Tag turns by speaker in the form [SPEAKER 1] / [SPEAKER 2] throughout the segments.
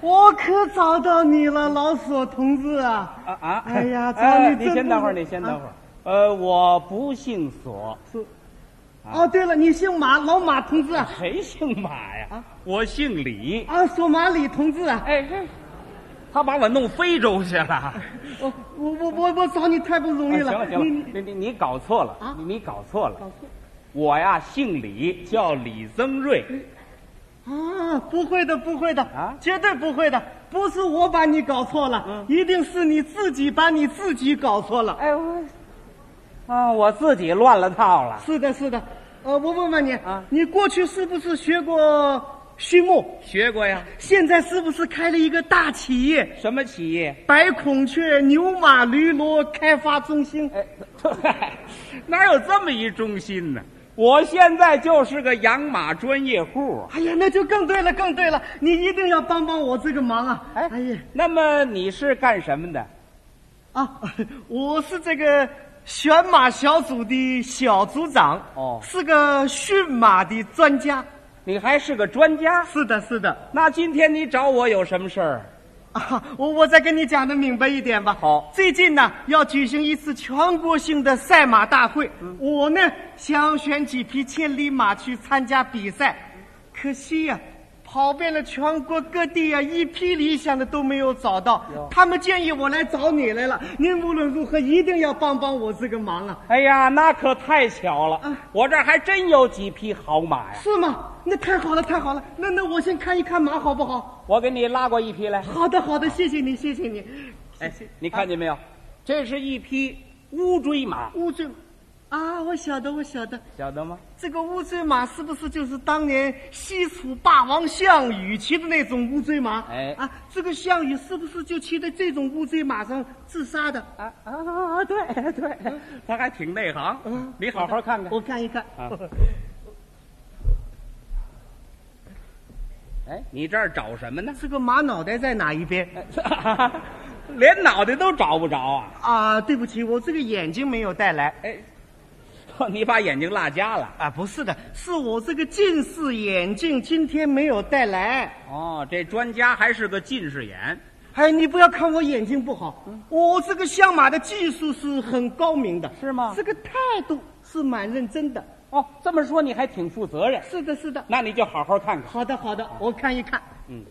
[SPEAKER 1] 我可找到你了，老索同志啊！
[SPEAKER 2] 啊啊！
[SPEAKER 1] 哎 呀
[SPEAKER 2] 哎
[SPEAKER 1] 操你
[SPEAKER 2] 你
[SPEAKER 1] 真
[SPEAKER 2] 先
[SPEAKER 1] 不
[SPEAKER 2] 等会儿，
[SPEAKER 1] 是
[SPEAKER 2] 你先
[SPEAKER 1] 啊
[SPEAKER 2] 等会儿。呃，我不姓索，
[SPEAKER 1] 哦，对了，你姓马，老马同志啊，
[SPEAKER 2] 谁姓马呀
[SPEAKER 1] 啊？
[SPEAKER 2] 我姓李。
[SPEAKER 1] 啊，索马里同志啊，
[SPEAKER 2] 哎，嘿他把我弄非洲去了。
[SPEAKER 1] 我我我我我找你太不容易啊了，
[SPEAKER 2] 哎哦行了行
[SPEAKER 1] 你
[SPEAKER 2] 了，
[SPEAKER 1] 你
[SPEAKER 2] 你你你搞错了
[SPEAKER 1] 啊
[SPEAKER 2] 你你搞错了
[SPEAKER 1] 搞。错
[SPEAKER 2] 我呀姓李，叫李增瑞。
[SPEAKER 1] 嗯啊，不会的，不会的，
[SPEAKER 2] 啊
[SPEAKER 1] 绝对不会的，不是我把你搞错了，
[SPEAKER 2] 嗯
[SPEAKER 1] 一定是你自己把你自己搞错了。
[SPEAKER 2] 哎我，啊，我自己乱了套了。
[SPEAKER 1] 是的，是的，呃，我问问你
[SPEAKER 2] 啊
[SPEAKER 1] 你过去是不是学过畜牧？
[SPEAKER 2] 学过呀？
[SPEAKER 1] 现在是不是开了一个大企业？
[SPEAKER 2] 什么企业？
[SPEAKER 1] 白孔雀牛马驴骡开发中心，
[SPEAKER 2] 哎， 哪有这么一中心呢？我现在就是个养马专业户。啊
[SPEAKER 1] 哎呀，那就更对了，更对了，你一定要帮帮我这个忙啊！哎，哎呀，
[SPEAKER 2] 那么你是干什么的？
[SPEAKER 1] 啊， 我是这个选马小组的小组长，
[SPEAKER 2] 哦
[SPEAKER 1] 是个驯马的专家。
[SPEAKER 2] 你还是个专家？
[SPEAKER 1] 是的，是的，
[SPEAKER 2] 那今天你找我有什么事儿？
[SPEAKER 1] 啊， 我我再跟你讲的明白一点吧。
[SPEAKER 2] 好
[SPEAKER 1] 最近呢要举行一次全国性的赛马大会，
[SPEAKER 2] 嗯
[SPEAKER 1] 我呢想选几匹千里马去参加比赛，可惜呀、跑遍了全国各地呀、一匹理想的都没有找到
[SPEAKER 2] 哟。
[SPEAKER 1] 他们建议我来找你来了，您无论如何一定要帮帮我这个忙啊！
[SPEAKER 2] 哎呀，那可太巧了，
[SPEAKER 1] 啊
[SPEAKER 2] 我这儿还真有几匹好马呀！
[SPEAKER 1] 是吗？那太好了，太好了。那那我先看一看马好不好？
[SPEAKER 2] 我给你拉过一匹来。
[SPEAKER 1] 好的，好的，谢谢你，谢谢你。
[SPEAKER 2] 哎
[SPEAKER 1] 谢谢，啊
[SPEAKER 2] 你看见没有？这是一匹乌骓马，
[SPEAKER 1] 乌骓，啊，我晓得，我晓得，
[SPEAKER 2] 晓得吗？
[SPEAKER 1] 这个乌骓马是不是就是当年西楚霸王项羽骑的那种乌骓马？
[SPEAKER 2] 哎
[SPEAKER 1] 啊，这个项羽是不是就骑在这种乌骓马上自杀的？
[SPEAKER 2] 啊啊啊！对对，他还挺内行。
[SPEAKER 1] 嗯
[SPEAKER 2] 你好好看看。
[SPEAKER 1] 我看一看。
[SPEAKER 2] 啊哎，你这儿找什么 呢？
[SPEAKER 1] 这个马脑袋在哪一边？
[SPEAKER 2] 连脑袋都找不着啊！
[SPEAKER 1] 啊，对不起，我这个眼睛没有带来。
[SPEAKER 2] 哎， 你把眼睛落瞎了。
[SPEAKER 1] 啊，不是的，是我这个近视眼镜今天没有带来。
[SPEAKER 2] 哦，这专家还是个近视眼。
[SPEAKER 1] 哎，你不要看我眼睛不好，
[SPEAKER 2] 嗯
[SPEAKER 1] 我这个相马的技术是很高明的，
[SPEAKER 2] 是吗
[SPEAKER 1] 这个态度是蛮认真的，
[SPEAKER 2] 哦，这么说你还挺负责任。
[SPEAKER 1] 是的，是的。
[SPEAKER 2] 那你就好好看看。
[SPEAKER 1] 好的，好的，我看一看。
[SPEAKER 2] 啊嗯，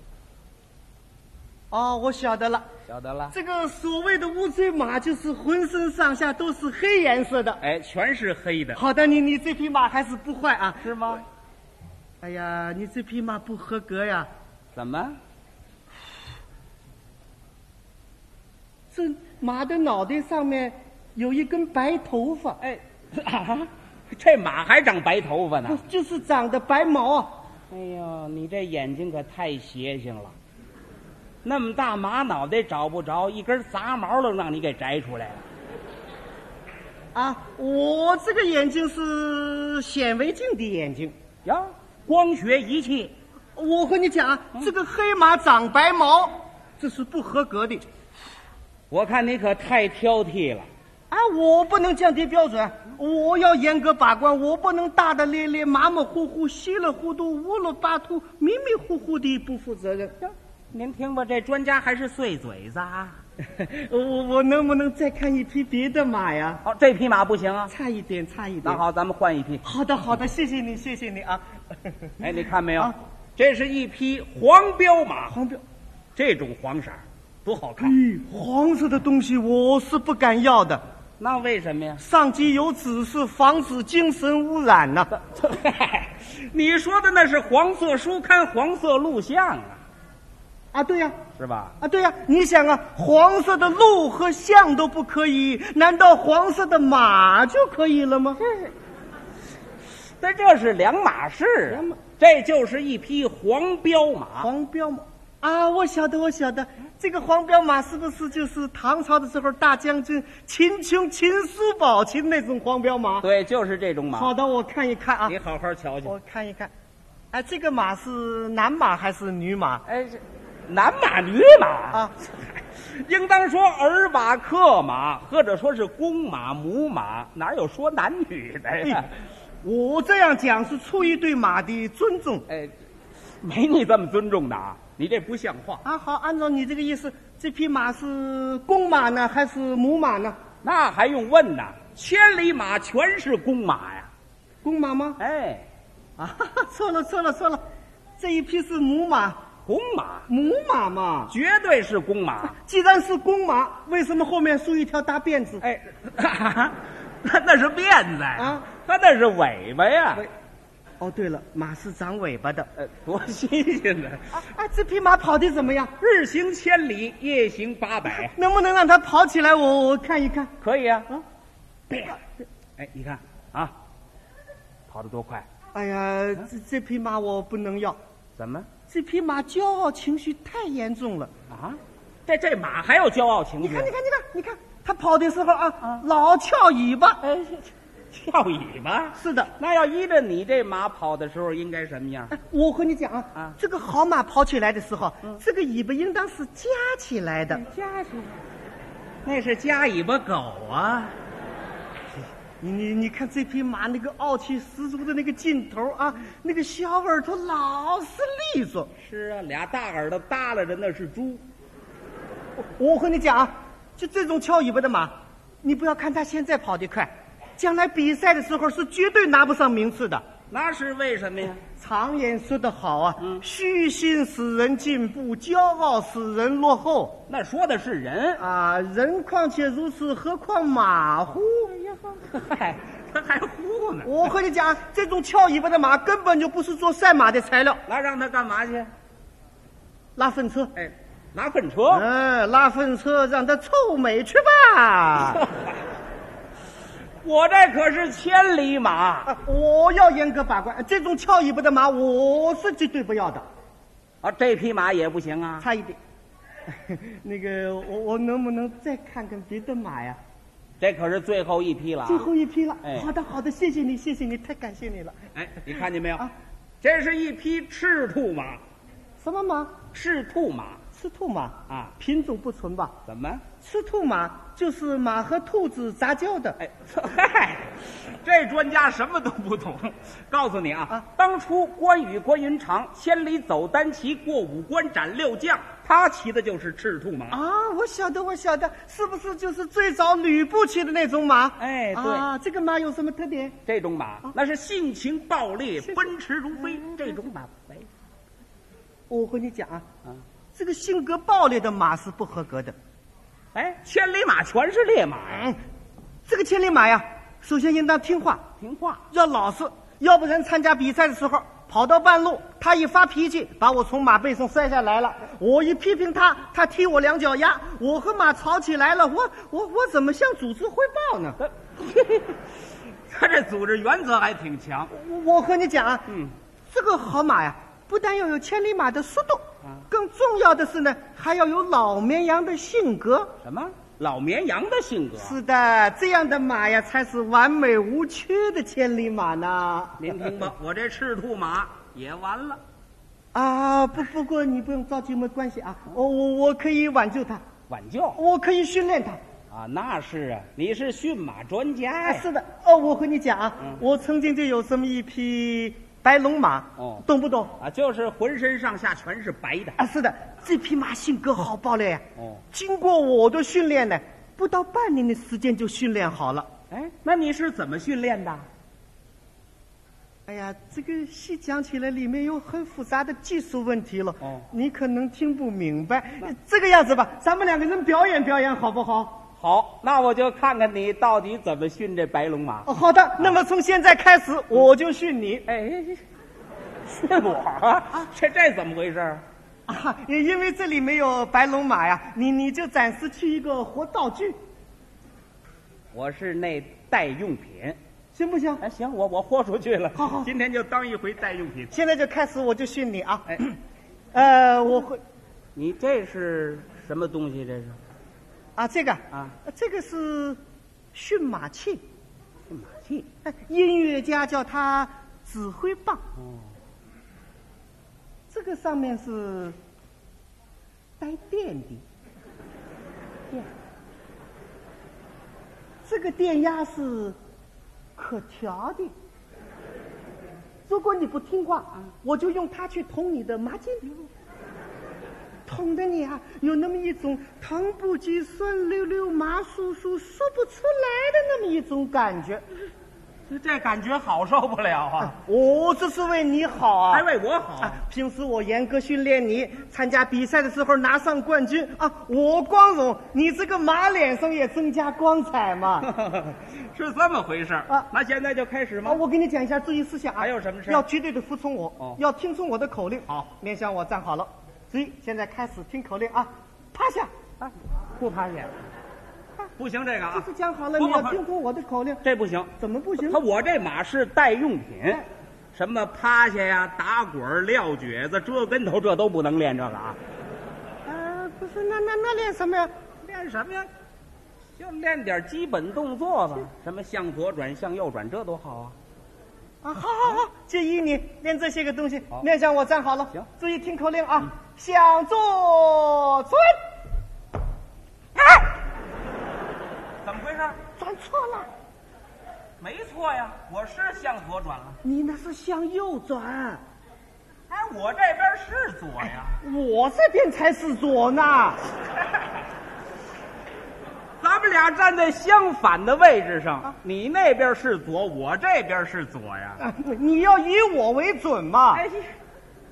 [SPEAKER 1] 哦，我晓得了，
[SPEAKER 2] 晓得了。
[SPEAKER 1] 这个所谓的乌骓马就是浑身上下都是黑颜色的。
[SPEAKER 2] 哎，全是黑的，
[SPEAKER 1] 好的，你你这匹马还是不坏啊。
[SPEAKER 2] 是吗？
[SPEAKER 1] 哎呀，你这匹马不合格呀，
[SPEAKER 2] 怎么？
[SPEAKER 1] 这马的脑袋上面有一根白头发。
[SPEAKER 2] 哎， 啊，这马还长白头发呢。
[SPEAKER 1] 就是长的白毛啊！
[SPEAKER 2] 哎呦，你这眼睛可太邪性了。那么大马脑袋找不着，一根杂毛都让你给摘出来了。
[SPEAKER 1] 啊，我这个眼睛是显微镜的眼睛。
[SPEAKER 2] 呀，光学仪器
[SPEAKER 1] 我和你讲啊，
[SPEAKER 2] 嗯
[SPEAKER 1] 这个黑马长白毛，这是不合格的。
[SPEAKER 2] 我看你可太挑剔了。
[SPEAKER 1] 啊，我不能降低标准，我要严格把关，我不能大大咧咧、马马虎虎、稀里糊涂、乌了巴秃、迷迷糊糊的不负责任。
[SPEAKER 2] 您听吧，这专家还是碎嘴子 啊。
[SPEAKER 1] 我我能不能再看一匹别的马呀？
[SPEAKER 2] 哦，这匹马不行啊。
[SPEAKER 1] 差一点，差一点。
[SPEAKER 2] 那，好，咱们换一匹。
[SPEAKER 1] 好的，好的，谢谢你，谢谢你啊。
[SPEAKER 2] 哎，你看没有
[SPEAKER 1] 啊？
[SPEAKER 2] 这是一匹黄骠马，
[SPEAKER 1] 黄标。
[SPEAKER 2] 这种黄色儿多好看。
[SPEAKER 1] 咦，黄色的东西我是不敢要的。
[SPEAKER 2] 那为什么 呀？
[SPEAKER 1] 上级有指示，防止精神污染呢、
[SPEAKER 2] 你说的那是黄色书刊、黄色录像啊，
[SPEAKER 1] 啊，对呀、
[SPEAKER 2] 是吧？
[SPEAKER 1] 啊，对呀、你想啊，黄色的鹿和象都不可以，难道黄色的马就可以了吗？
[SPEAKER 2] 这这是两码事啊
[SPEAKER 1] 两码
[SPEAKER 2] 这就是一匹黄骠马。
[SPEAKER 1] 黄骠马啊，我晓得，我晓得，这个黄骠马是不是就是唐朝的时候大将军秦琼、秦叔宝骑的那种黄骠马？
[SPEAKER 2] 对，就是这种马
[SPEAKER 1] 好。的，我看一看啊
[SPEAKER 2] 你，好好瞧瞧
[SPEAKER 1] 我。看一看，哎、这个马是男马还是女马？
[SPEAKER 2] 哎，这男马女马
[SPEAKER 1] 啊，
[SPEAKER 2] 应当说儿马、克马，或者说是公马、母马，哪有说男女的
[SPEAKER 1] 哎
[SPEAKER 2] 呀？
[SPEAKER 1] 我这样讲是出于对马的尊重。
[SPEAKER 2] 哎，没你这么尊重的啊！你这不像话。
[SPEAKER 1] 啊，好，按照你这个意思，这匹马是公马呢，还是母马呢？
[SPEAKER 2] 那还用问呐？千里马全是公马呀！
[SPEAKER 1] 公马吗？
[SPEAKER 2] 哎，
[SPEAKER 1] 啊，哈哈 错了错了错了，这一匹是母马，
[SPEAKER 2] 公马
[SPEAKER 1] 母马嘛。
[SPEAKER 2] 绝对是 公马。
[SPEAKER 1] 既然是公马，为什么后面梳一条大辫子？
[SPEAKER 2] 哎， 那那是辫子呀
[SPEAKER 1] 啊，
[SPEAKER 2] 他那是尾巴呀。
[SPEAKER 1] 喂哦，对了，马是长尾巴的。
[SPEAKER 2] 呃，多新鲜呢！
[SPEAKER 1] 啊，哎，这匹马跑得怎么样？
[SPEAKER 2] 日行千里，夜行八百，
[SPEAKER 1] 能不能让它跑起来？我我看一看。
[SPEAKER 2] 可以啊。
[SPEAKER 1] 啊
[SPEAKER 2] 哎，你看啊，跑得多快！
[SPEAKER 1] 哎呀，这这匹马我不能要，
[SPEAKER 2] 怎么
[SPEAKER 1] 这匹马骄傲情绪太严重了。
[SPEAKER 2] 啊？这这马还有骄傲情绪？
[SPEAKER 1] 你看，你看，你看，你看，它跑的时候啊，老翘尾巴。
[SPEAKER 2] 哎，跳尾巴。
[SPEAKER 1] 是的，
[SPEAKER 2] 那要依着你这马跑的时候，应该什么样？
[SPEAKER 1] 哎，我和你讲啊，
[SPEAKER 2] 啊
[SPEAKER 1] 这个好马跑起来的时候，这个尾巴应当是夹起来的。
[SPEAKER 2] 加起来，那是加尾巴狗啊！
[SPEAKER 1] 你你你看这匹马那个傲气十足的那个劲头啊，那个小耳朵老是利索。
[SPEAKER 2] 是啊，俩大耳朵耷拉着，那是猪。
[SPEAKER 1] 我和你讲啊，就这种翘尾巴的马，你不要看它现在跑得快，将来比赛的时候是绝对拿不上名次的。
[SPEAKER 2] 那是为什么呀？
[SPEAKER 1] 常言说得好啊，虚心使人进步，骄傲使人落后
[SPEAKER 2] 那说的是人。
[SPEAKER 1] 啊！人况且如此，何况马乎？
[SPEAKER 2] 嗨，他还呼呢。
[SPEAKER 1] 我和你讲，这种翘尾巴的马根本就不是做赛马的材料，
[SPEAKER 2] 那让他干嘛去？
[SPEAKER 1] 拉粪车。
[SPEAKER 2] 哎，拿粪车。
[SPEAKER 1] 嗯，拉粪车让它臭美去吧。
[SPEAKER 2] 我这可是千里马
[SPEAKER 1] 啊 我要严格把关，这种翘尾巴的马我是绝对不要的，
[SPEAKER 2] 啊，这匹马也不行啊。
[SPEAKER 1] 差一点。 那个，我我能不能再看看别的马呀？
[SPEAKER 2] 这可是最后一批了啊。
[SPEAKER 1] 最后一批了。
[SPEAKER 2] 哎
[SPEAKER 1] 好的，好的，谢谢你，谢谢你，太感谢你了。
[SPEAKER 2] 哎，你看见没有？
[SPEAKER 1] 啊
[SPEAKER 2] 这是一匹赤兔马，
[SPEAKER 1] 什么马？
[SPEAKER 2] 赤兔马
[SPEAKER 1] 赤兔马
[SPEAKER 2] 啊？
[SPEAKER 1] 品种不纯吧？
[SPEAKER 2] 怎么？
[SPEAKER 1] 赤兔马就是马和兔子杂交的。
[SPEAKER 2] 哎，嗨，这专家什么都不懂。告诉你啊，
[SPEAKER 1] 啊
[SPEAKER 2] 当初关羽、关云长千里走单骑，过五关斩六将，他骑的就是赤兔马。
[SPEAKER 1] 啊，我晓得，我晓得，是不是就是最早吕布骑的那种马？
[SPEAKER 2] 哎对
[SPEAKER 1] 啊，这个马有什么特点？
[SPEAKER 2] 这种马
[SPEAKER 1] 啊
[SPEAKER 2] 那是性情暴烈，
[SPEAKER 1] 是是
[SPEAKER 2] 奔驰如飞。
[SPEAKER 1] 嗯
[SPEAKER 2] 这种马没
[SPEAKER 1] 我和你讲啊，
[SPEAKER 2] 啊。
[SPEAKER 1] 这个性格暴烈的马是不合格的。
[SPEAKER 2] 哎，千里马全是烈马呀，
[SPEAKER 1] 嗯，这个千里马呀，首先应当听话，
[SPEAKER 2] 听话。
[SPEAKER 1] 要老实，要不然参加比赛的时候跑到半路，他一发脾气把我从马背上摔下来了，我一批评他，他踢我两脚丫，我和马吵起来了，我我我怎么向组织汇报呢？
[SPEAKER 2] 他这组织原则还挺强。
[SPEAKER 1] 我我和你讲啊，
[SPEAKER 2] 嗯，
[SPEAKER 1] 这个好马呀，不但要有千里马的速度
[SPEAKER 2] 啊，
[SPEAKER 1] 更重要的是呢，还要有老绵羊的性格。
[SPEAKER 2] 什么老绵羊的性格？
[SPEAKER 1] 是的，这样的马呀，才是完美无缺的千里马呢。
[SPEAKER 2] 您听 吧，我这赤兔马也完了。
[SPEAKER 1] 啊，不，不过你不用着急，没关系啊，我我我可以挽救它，
[SPEAKER 2] 挽救
[SPEAKER 1] 我可以训练它。
[SPEAKER 2] 啊，那是啊，你是驯马专家
[SPEAKER 1] 啊，
[SPEAKER 2] 呀。
[SPEAKER 1] 是的，哦，我和你讲啊，
[SPEAKER 2] 哎嗯
[SPEAKER 1] 我曾经就有这么一匹白龙马，
[SPEAKER 2] 哦
[SPEAKER 1] 懂不懂？
[SPEAKER 2] 啊，就是浑身上下全是白的。
[SPEAKER 1] 啊，是的，这匹马性格好暴烈呀、
[SPEAKER 2] 哦，
[SPEAKER 1] 经过我的训练呢，不到半年的时间就训练好了。
[SPEAKER 2] 哎，那你是怎么训练的？
[SPEAKER 1] 哎呀，这个细讲起来里面有很复杂的技术问题了，
[SPEAKER 2] 哦
[SPEAKER 1] 你可能听不明白。这个样子吧，咱们两个人表演表演好不好？
[SPEAKER 2] 好，那我就看看你到底怎么训这白龙马。
[SPEAKER 1] 哦，好的。那么从现在开
[SPEAKER 2] 嗯
[SPEAKER 1] 始，我就训你
[SPEAKER 2] 哎，训我啊？这这怎么回事儿？
[SPEAKER 1] 啊，也因为这里没有白龙马呀，你你就暂时去一个活道具，
[SPEAKER 2] 我是那代用品。
[SPEAKER 1] 行不行？
[SPEAKER 2] 哎，行，我我豁出去了。
[SPEAKER 1] 好好
[SPEAKER 2] 今天就当一回代用品。
[SPEAKER 1] 现在就开始，我就训你啊。
[SPEAKER 2] 哎，
[SPEAKER 1] 呃，我会
[SPEAKER 2] 你这是什么东西？这是
[SPEAKER 1] 啊，这个
[SPEAKER 2] 啊，
[SPEAKER 1] 这个是驯马器。
[SPEAKER 2] 驯马器。
[SPEAKER 1] 哎音乐家叫它指挥棒。
[SPEAKER 2] 哦，
[SPEAKER 1] 这个上面是带电的，电。这个电压是可调的。如果你不听话，我就用它去捅你的麻筋。痛的你啊，有那么一种疼不及、酸溜溜、麻酥酥、说不出来的那么一种感觉。
[SPEAKER 2] 这感觉好受不了啊！
[SPEAKER 1] 哦，这是为你好啊！
[SPEAKER 2] 还为我好
[SPEAKER 1] 啊！平时我严格训练你，参加比赛的时候拿上冠军啊，我光荣，你这个马脸上也增加光彩嘛。
[SPEAKER 2] 是这么回事儿
[SPEAKER 1] 啊
[SPEAKER 2] 那现在就开始
[SPEAKER 1] 啊，我给你讲一下注意事项啊，
[SPEAKER 2] 还有什么事
[SPEAKER 1] 要绝对的服从我，
[SPEAKER 2] 哦
[SPEAKER 1] 要听从我的口令。
[SPEAKER 2] 好，
[SPEAKER 1] 面向我站好了，注意，现在开始听口令啊，趴下啊，不趴下，
[SPEAKER 2] 不行，这个
[SPEAKER 1] 这
[SPEAKER 2] 啊
[SPEAKER 1] 次，讲好了，
[SPEAKER 2] 不
[SPEAKER 1] 你
[SPEAKER 2] 不
[SPEAKER 1] 要
[SPEAKER 2] 不
[SPEAKER 1] 听从我的口令，
[SPEAKER 2] 这不行。
[SPEAKER 1] 怎么不行
[SPEAKER 2] 他？我这马是代用品
[SPEAKER 1] 哎，
[SPEAKER 2] 什么趴下呀、打滚儿、撂蹶子、折跟头，这都不能练这个啊。
[SPEAKER 1] 啊，不是，那那那练什么呀？
[SPEAKER 2] 练什么呀？就练点基本动作吧，什么向左转、向右转，这多好
[SPEAKER 1] 啊，
[SPEAKER 2] 啊！
[SPEAKER 1] 好好好，就依你练这些个东西
[SPEAKER 2] 好。
[SPEAKER 1] 面向我站好了，
[SPEAKER 2] 行嗯
[SPEAKER 1] 注意听口令啊，向左转，
[SPEAKER 2] 怎么回事？
[SPEAKER 1] 转错了，
[SPEAKER 2] 没错呀，我是向左转了。
[SPEAKER 1] 你那是向右转，
[SPEAKER 2] 哎，我这边是左呀，
[SPEAKER 1] 我这边才是左呢。啊
[SPEAKER 2] 咱们俩站在相反的位置上，你那边是左，我这边是左呀。
[SPEAKER 1] 啊你要以我为准嘛？
[SPEAKER 2] 哎，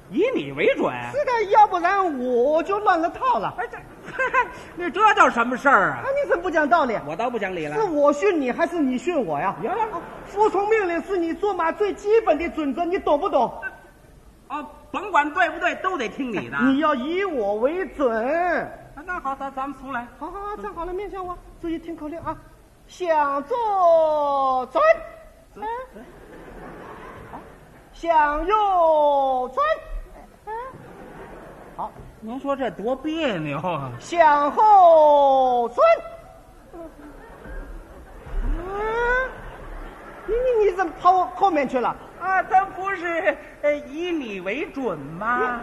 [SPEAKER 2] 以你为准。啊
[SPEAKER 1] 是的，要不然我就乱了套了。
[SPEAKER 2] 哎，这 那这叫什么事儿啊
[SPEAKER 1] 那、？你怎么不讲道理？啊
[SPEAKER 2] 我倒不讲理了
[SPEAKER 1] 是。我训你还是你训我呀？
[SPEAKER 2] 呀哦
[SPEAKER 1] 服从命令是你做马最基本的准则，你懂不懂？
[SPEAKER 2] 哦，甭管对不对，都得听你的。
[SPEAKER 1] 你要以我为准。
[SPEAKER 2] 啊那好，咱咱们重来。
[SPEAKER 1] 好好好，站好了，面向我，注意听口令啊！向左转，嗯，向右转，
[SPEAKER 2] 好，您说这多别扭啊！
[SPEAKER 1] 向后转。嗯，你你你怎么跑我后面去了？
[SPEAKER 2] 啊，咱不是呃以你为准吗？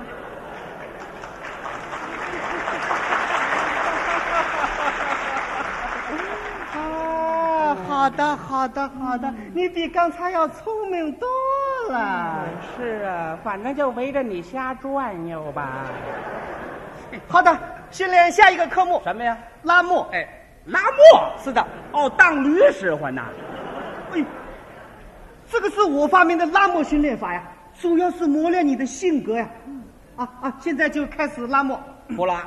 [SPEAKER 1] 啊，好的好的好的，你比刚才要聪明多了。
[SPEAKER 2] 是啊，反正就围着你瞎转悠吧。
[SPEAKER 1] 好的，训练下一个科目
[SPEAKER 2] 什么呀？
[SPEAKER 1] 拉磨。
[SPEAKER 2] 哎，拉磨
[SPEAKER 1] 是的，
[SPEAKER 2] 哦，当驴使唤呐。
[SPEAKER 1] 哎，这个是我发明的拉磨训练法呀，主要是磨练你的性格呀。啊啊，现在就开始拉磨，
[SPEAKER 2] 不拉，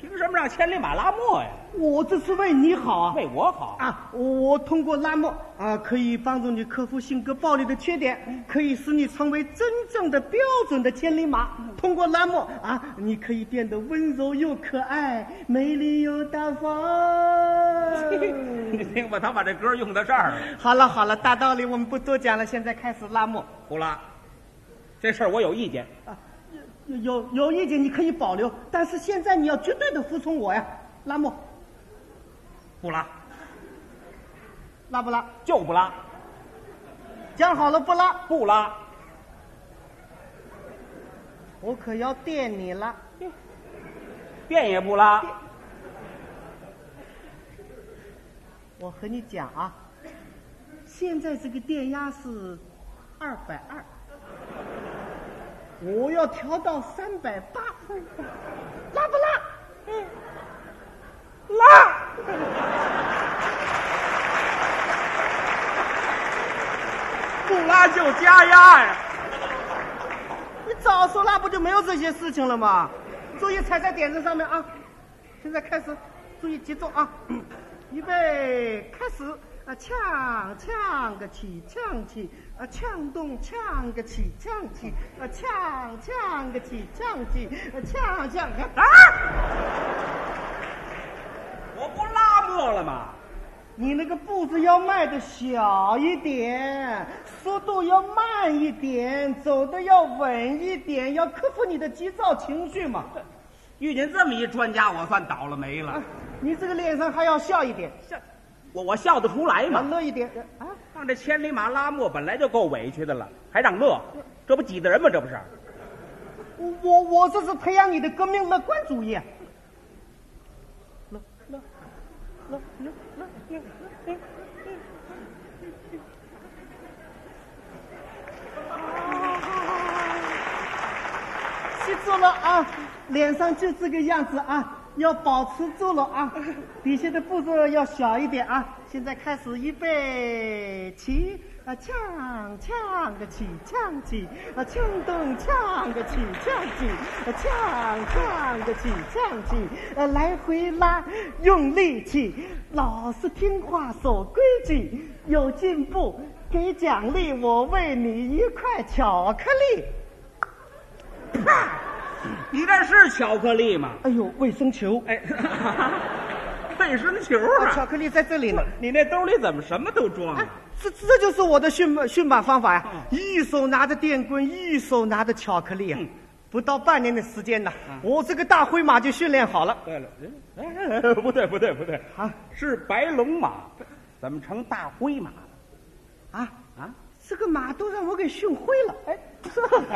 [SPEAKER 2] 凭什么让千里马拉磨呀？
[SPEAKER 1] 我这是为你好啊。
[SPEAKER 2] 为我好。
[SPEAKER 1] 啊，我通过拉磨啊，可以帮助你克服性格暴力的缺点，可以使你成为真正的标准的千里马。通过拉磨啊，你可以变得温柔又可爱，美丽又大方。
[SPEAKER 2] 你听吧，他把这歌用到这儿了。
[SPEAKER 1] 好了好了，大道理我们不多讲了，现在开始拉磨。
[SPEAKER 2] 不拉，这事儿我有意见。
[SPEAKER 1] 啊，有有有意见你可以保留，但是现在你要绝对的服从我呀，拉莫，
[SPEAKER 2] 不拉，
[SPEAKER 1] 拉不拉？
[SPEAKER 2] 就不拉，
[SPEAKER 1] 讲好了不拉，
[SPEAKER 2] 不拉。
[SPEAKER 1] 我可要电你了。
[SPEAKER 2] 电也不拉，
[SPEAKER 1] 我和你讲啊，现在这个电压是二百二，我要调到三百八，拉不拉？嗯，拉。
[SPEAKER 2] 不拉就加压呀！
[SPEAKER 1] 你早说拉不就没有这些事情了吗？注意踩在点子上面啊！现在开始，注意节奏啊！预备，开始啊！呛呛个起，呛起啊！呛动呛个起，呛起啊！呛呛个起，呛起啊！呛呛个
[SPEAKER 2] 啊！我不拉磨了吗？
[SPEAKER 1] 你那个步子要迈的小一点，速度要慢一点，走的要稳一点，要克服你的急躁情绪嘛。
[SPEAKER 2] 遇见这么一专家，我算倒了霉了。
[SPEAKER 1] 啊你这个脸上还要笑一点。
[SPEAKER 2] 笑，我我笑得出来
[SPEAKER 1] 啊，
[SPEAKER 2] 吗？
[SPEAKER 1] 乐一点啊！
[SPEAKER 2] 让这千里马拉磨本来就够委屈的了，还让乐，这不挤得人吗？这不是？
[SPEAKER 1] 我我我这是培养你的革命乐观主啊义。乐乐乐乐乐乐乐！习总，住了啊，脸上就这个样子啊，要保持住了啊，比现在步骤要小一点啊。现在开始，预备起啊，呛呛个起，呛起啊，呛动呛个起，呛起啊，呛呛个起，呛起啊，来回拉，用力气，老实听话，守规矩，有进步。给奖励，我喂你一块巧克力。
[SPEAKER 2] 你这是巧克力吗？
[SPEAKER 1] 哎呦，卫生球！
[SPEAKER 2] 哎， 卫生球
[SPEAKER 1] 啊，巧
[SPEAKER 2] 啊！
[SPEAKER 1] 克力在这里呢。
[SPEAKER 2] 你那兜里怎么什么都装啊？
[SPEAKER 1] 这这就是我的驯马驯马方法呀、
[SPEAKER 2] 嗯
[SPEAKER 1] 一手拿着电棍，一手拿着巧克力呀、
[SPEAKER 2] 嗯
[SPEAKER 1] 不到半年的时间呢，我这个大灰马就训练好了。
[SPEAKER 2] 对了，哎，哎不对不对不对
[SPEAKER 1] 啊，
[SPEAKER 2] 是白龙马，怎么成大灰马 了
[SPEAKER 1] 啊，
[SPEAKER 2] 啊？
[SPEAKER 1] 这个马都让我给训灰了。哎，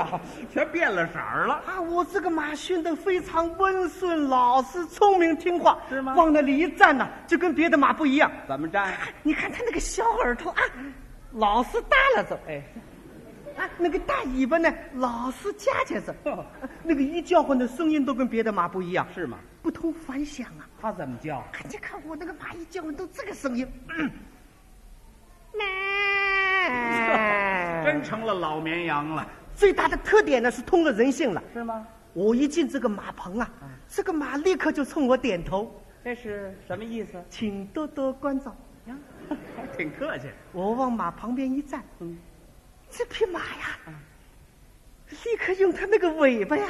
[SPEAKER 2] 好全变了色儿了。
[SPEAKER 1] 啊，我这个马训得非常温顺、老实、聪明、听话，
[SPEAKER 2] 是吗
[SPEAKER 1] 往那里一站呢，就跟别的马不一样。
[SPEAKER 2] 怎么站？
[SPEAKER 1] 你看它那个小耳朵啊，老是耷拉着。
[SPEAKER 2] 哎，
[SPEAKER 1] 啊，那个大尾巴呢，老是夹夹着啊
[SPEAKER 2] 呵，
[SPEAKER 1] 那个一叫唤的声音都跟别的马不一样，
[SPEAKER 2] 是吗？
[SPEAKER 1] 不同凡响啊！
[SPEAKER 2] 他怎么叫？
[SPEAKER 1] 啊你看我那个马一叫唤都这个声音，嗯咩
[SPEAKER 2] 真成了老绵羊了，
[SPEAKER 1] 最大的特点呢是通了人性了。
[SPEAKER 2] 是吗？嗯
[SPEAKER 1] 我一进这个马棚啊，这个马立刻就冲我点头，
[SPEAKER 2] 这是什么意思？
[SPEAKER 1] 请多多关照。
[SPEAKER 2] 还挺客气。
[SPEAKER 1] 我往马旁边一站，
[SPEAKER 2] 嗯
[SPEAKER 1] 这匹马呀，立刻用它那个尾巴呀，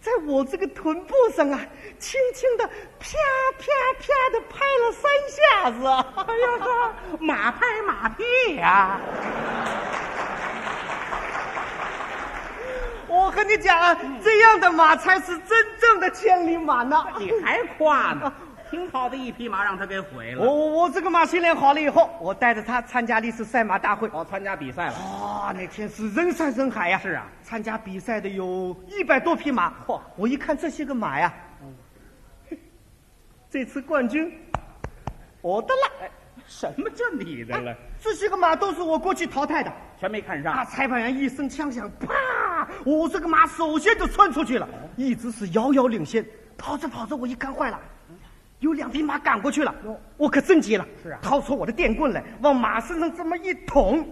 [SPEAKER 1] 在我这个臀部上啊，轻轻的啪啪啪的拍了三下子啊。哎呀呵，
[SPEAKER 2] 马拍马屁呀、
[SPEAKER 1] 我和你讲啊，这样的马才是真正的千里马呢。
[SPEAKER 2] 你还夸呢？挺好的一匹马，让他给毁
[SPEAKER 1] 我
[SPEAKER 2] 了。
[SPEAKER 1] 我我这个马训练好了以后，我带着它参加了一次赛马大会。
[SPEAKER 2] 哦，参加比赛了，
[SPEAKER 1] 哇，哦那天是人山人海呀！
[SPEAKER 2] 是啊，
[SPEAKER 1] 参加比赛的有一百多匹马。嚯！我一看这些个马呀，这次冠军我的了。哎
[SPEAKER 2] 什么叫你的了？
[SPEAKER 1] 这些个马都是我过去淘汰的。
[SPEAKER 2] 啊全没看
[SPEAKER 1] 啊！
[SPEAKER 2] 上。
[SPEAKER 1] 裁判员一声枪响，啪！我这个马首先就窜出去了，
[SPEAKER 2] 哦
[SPEAKER 1] 一直是遥遥领先。跑着跑着，我一看坏了，有两匹马赶过去了，我可真急了。
[SPEAKER 2] 是啊
[SPEAKER 1] 掏出我的电棍来，往马身上这么一捅。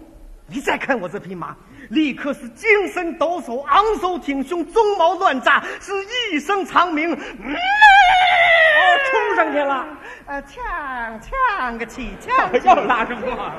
[SPEAKER 1] 你再看我这匹马，立刻是精神抖擞，昂首挺胸，鬃毛乱炸，是一声长鸣。嗯
[SPEAKER 2] 哦，冲上去了，
[SPEAKER 1] 呃，呛呛个起，呛
[SPEAKER 2] 又拉上我。